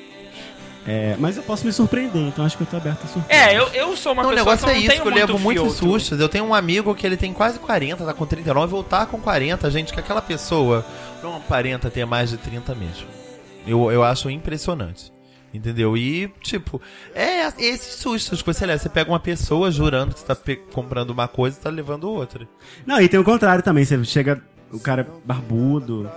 É, mas eu posso me surpreender, então acho que eu tô aberto a surpresa.
É, eu, eu sou uma
Não, o
pessoa
negócio
que
é
eu não
isso,
tenho
que eu levo
muito
muitos
filtro.
sustos. Eu tenho um amigo que ele tem quase 40, tá com 39, ou tá com 40, gente, que aquela um pessoa não aparenta ter mais de 30 mesmo. Eu, eu acho impressionante. Entendeu? E, tipo, é esses sustos que você leva. Você pega uma pessoa jurando que você tá pe- comprando uma coisa e tá levando outra.
Não, e tem o contrário também. Você chega, o cara é barbudo.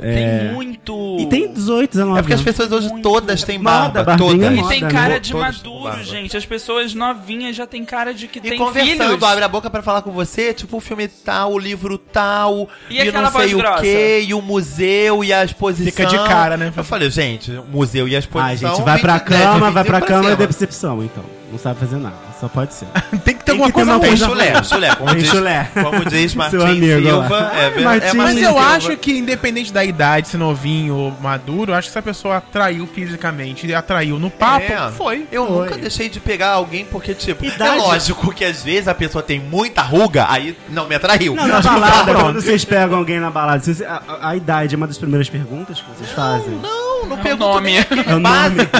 Tem muito.
E tem 18, 19
É porque as
anos.
pessoas hoje todas têm
Moda,
barba.
barbinha,
todas.
moda.
E tem
né?
cara de
Todos com
maduro,
barba.
gente. As pessoas novinhas já tem cara de que
E
tem
conversando,
filhos.
abre a boca pra falar com você, tipo, o filme tal, o livro tal,
E
e,
aquela
não sei
voz
o
grossa?
quê, e o museu, e a exposição.
Fica de cara, né?
Eu falei, gente, o museu e a exposição...
Ah, gente, vai pra
20, né,
cama, vai
25
pra cama e
cima.
decepção, então. Não sabe fazer nada. Só pode ser.
Tem que ter
Tem
alguma
que ter
coisa
uma
ruim.
Tem
coisa
chulé, chulé, como
Tem
diz,
chulé.
como diz
Seu
Martim
amigo
Silva.
lá.
É,
Ah,
ver-
Martim.
é
Mas
Martim
eu
Silva.
acho que, independente da idade, se novinho ou maduro, eu acho que se a pessoa atraiu fisicamente e atraiu no papo,
É.
foi.
Eu
Foi.
nunca deixei de pegar alguém porque, tipo,
Idade.
é lógico que às vezes a pessoa tem muita ruga, aí não me atraiu.
Não, na balada, quando vocês pegam alguém na balada, vocês- a, a- a idade é uma das primeiras perguntas que vocês fazem.
Não,
um
não
É o
pergunto
nome.
nem aquele
É o nome.
básico.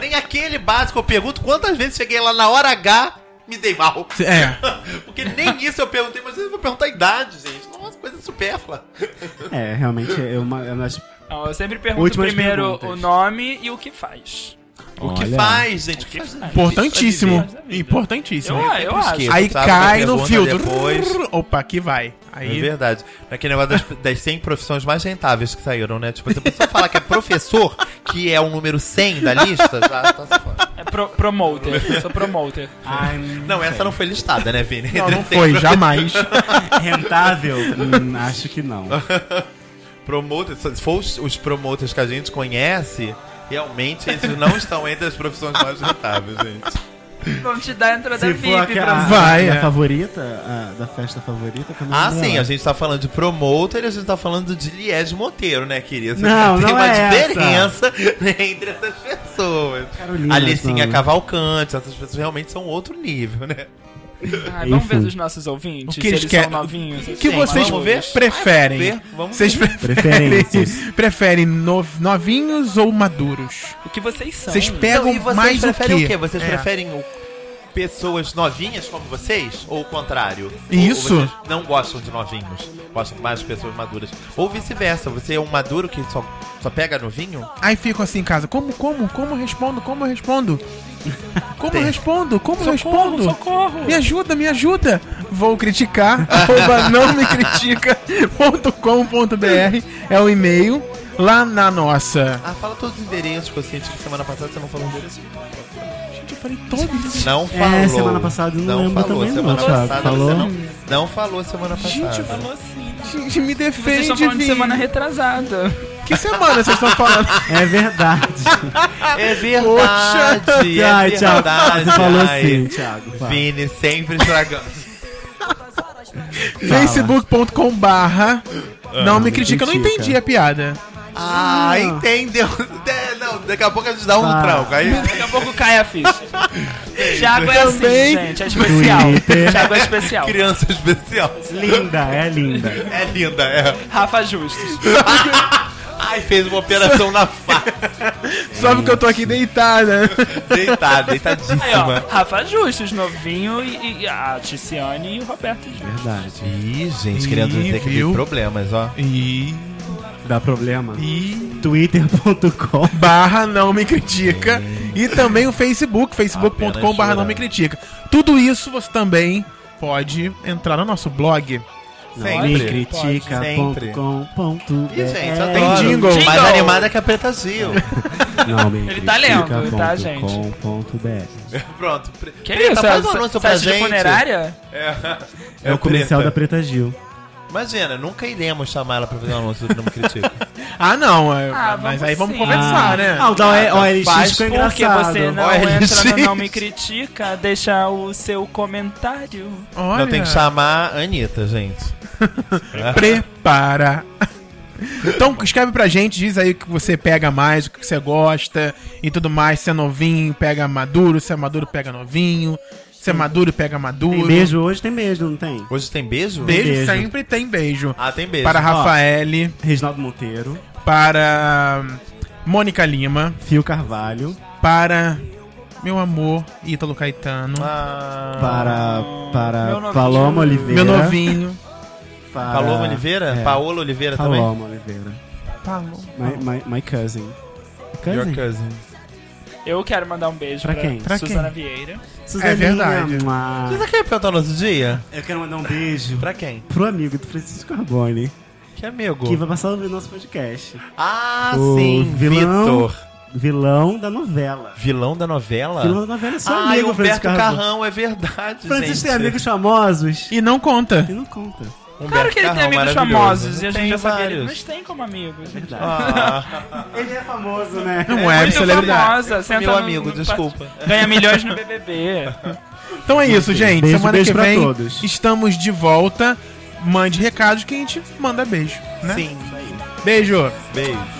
Nem aquele básico. Eu pergunto quantas vezes cheguei lá na hora H, me dei mal.
É.
Porque nem isso eu perguntei, mas eu vou perguntar a idade, gente. Nossa, coisa supérflua.
É, realmente é uma, é uma das.
Não, eu sempre pergunto
Últimas
primeiro
perguntas.
o nome e o que faz. Ah,
O que
Olha.
faz, gente? O que faz?
Importantíssimo. É
Faz a é vida.
Importantíssimo.
Eu, eu acho.
esqueço.
Aí
Sabe,
cai
me
no
pergunta
filtro.
depois.
Opa, aqui vai.
É
Aí
verdade. Naquele negócio das, das 100 profissões mais rentáveis que saíram, né? Tipo, se a pessoa falar que é professor, que é o número 100 da lista, já tá se fora.
É pro- promoter. Sou promoter.
Ai,
Não, essa não foi listada, né, Vini?
não, não
Tem
foi, jamais.
Rentável? Hum, acho que não.
Promoters, se for os, os promoters que a gente conhece, realmente esses não estão entre as profissões mais rentáveis, gente.
Vamos te dar a entrada
Se
VIP
for a, que-
pra
a,
você.
Vai,
a
é.
favorita, a da festa favorita, que eu não é.
Ah,
lembro
sim,
agora.
a gente tá falando de promoter e a gente tá falando de Liés Monteiro, né, querida?
Não,
Tem
não
uma
é essa.
diferença entre essas pessoas.
Carolina, então.
Alicinha
não.
Cavalcante, essas pessoas realmente são outro nível, né?
Ah, vamos ver
Enfim.
os nossos ouvintes.
O que
se
eles
eles
querem-
são novinhos.
O que
assim,
vocês
malucos.
preferem?
Vamos ver, vamos
Vocês preferem,
Preferências.
preferem no- novinhos ou maduros?
O que vocês são?
Vocês pegam
Não, e vocês
mais o
preferem
quê?
o quê? Vocês
É.
preferem o- pessoas novinhas como vocês? Ou o contrário?
Isso.
Ou, ou vocês não gostam de novinhos, gostam mais de pessoas maduras. Ou vice-versa, você é um maduro que só, só pega novinho?
Aí ficam assim em casa, como, como, como eu respondo, como eu respondo? Como eu
Tem.
respondo, como eu
Socorro,
respondo?
socorro!
Me ajuda, me ajuda. Vou criticar, arroba não me critica.com.br é o e-mail lá na nossa.
Ah, fala todos os endereços, que eu senti que semana passada você não falou endereço.
Gente, eu falei todos.
Não
É,
falou.
semana passada eu não lembro
falou.
também não,
semana
Thiago.
passada
Falou?
você não, não falou semana passada.
Gente, eu
Falou assim.
Gente, me
Vocês
defende,
estão falando de
Vini.
semana retrasada.
Que semana vocês estão falando?
É verdade.
É verdade, é
Ai, Thiago,
verdade.
você falou
Ai,
assim, Thiago. fala.
Vini sempre estragando.
facebook.com barra não me
me
critica. Eu não
critica.
entendi a piada.
Ah, entendeu? É, Não, daqui a pouco a gente dá um
Ah.
tranco. Aí,
Daqui a pouco cai a ficha. Thiago é assim,
Também.
gente. É especial.
Twitter.
Thiago é especial.
criança especial.
Linda, é linda.
É linda, é.
Rafa Justus.
Ai, fez uma operação na face.
Só porque eu tô aqui deitada.
Deitada,
Aí, ó.
deitadíssima.
Rafa Justus, novinho e, e a Tiziane e o Roberto Justus.
Verdade.
Ih, gente,
querendo dizer que tem
problemas, ó.
E.
Dá problema.
E.
Twitter.com
barra não me critica e também o Facebook, facebook.com barra não me critica. Tudo isso você também pode entrar no nosso blog.
Sempre. Sempre.
mecritica.com.br
Ih, gente,
É.
já
Tem
tem
jingle.
jingle. Mais
Jingle.
animada que a Preta Gil.
Não, me
Ele tá lendo, tá, gente?
critica.com.br.
Pronto. pre-
Que
Preta,
isso?
faz um
Essa-
anúncio
essa
pra
festa de
gente.
funerária?
É o comercial da Preta Gil.
Imagina, nunca iremos chamar ela pra fazer um anúncio do Não Me Critica.
Ah, não, é,
Ah,
mas
vamos
aí vamos
sim.
conversar,
ah,
né?
Ah, o da O- OLX
Faz
ficou
tá. Porque
engraçado.
você não
Olha,
entra no
gente.
Não Me Critica, deixa o seu comentário.
Olha,
Não, tem que chamar a Anitta, gente.
prepara. Então escreve pra gente, diz aí o que você pega mais, o que você gosta e tudo mais. Se é novinho, pega maduro, se é maduro, pega novinho, se é maduro, pega maduro.
Tem beijo hoje? Tem beijo, não tem?
Hoje tem beijo?
Beijo,
Beijo.
sempre tem beijo.
Ah, tem beijo.
Para
Ó.
Rafaele,
Reginaldo Monteiro,
para Mônica Lima,
Fio Carvalho,
Ah.
para meu amor Ítalo Caetano,
Ah,
para,
meu
para
novinho.
Paloma
meu
Oliveira.
novinho.
Para,
Paloma Oliveira?
É,
Paola Oliveira também?
Paloma Oliveira.
Paloma.
My, my, my cousin.
Your
Cousin?
cousin.
Eu quero mandar um beijo
Pra
pra,
quem?
Pra
Suzana Vieira.
É
Suzaninha,
verdade.
mua.
Você quer perguntar o nosso dia?
Eu quero mandar um beijo
Pra quem?
pro amigo do Francisco Carboni,
Que amigo?
que vai passar a ouvir nosso podcast.
Ah,
O
sim,
vilão.
Vitor.
Vilão da novela.
Vilão da novela?
Vilão da novela é seu
ah,
amigo,
e Humberto
Francisco
Carrão.
Carrão.
é verdade,
Francisco
gente.
tem amigos famosos
E não conta.
e não conta.
Humberto
Claro que ele tem
Carrão,
amigos
maravilhoso.
famosos e a gente
Tem
já sabia ele,
vários.
mas tem como amigos. gente.
Ah,
Ele é famoso, né?
Não é,
Muito
celebridade.
famosa, senta
meu
no-
amigo,
no-
desculpa.
Ganha milhões no BBB.
Então é isso, gente.
Beijo,
Semana
beijo
que
pra
vem
todos.
estamos de volta. Mande recados que a gente manda beijo, né?
Sim.
Beijo.
Beijo.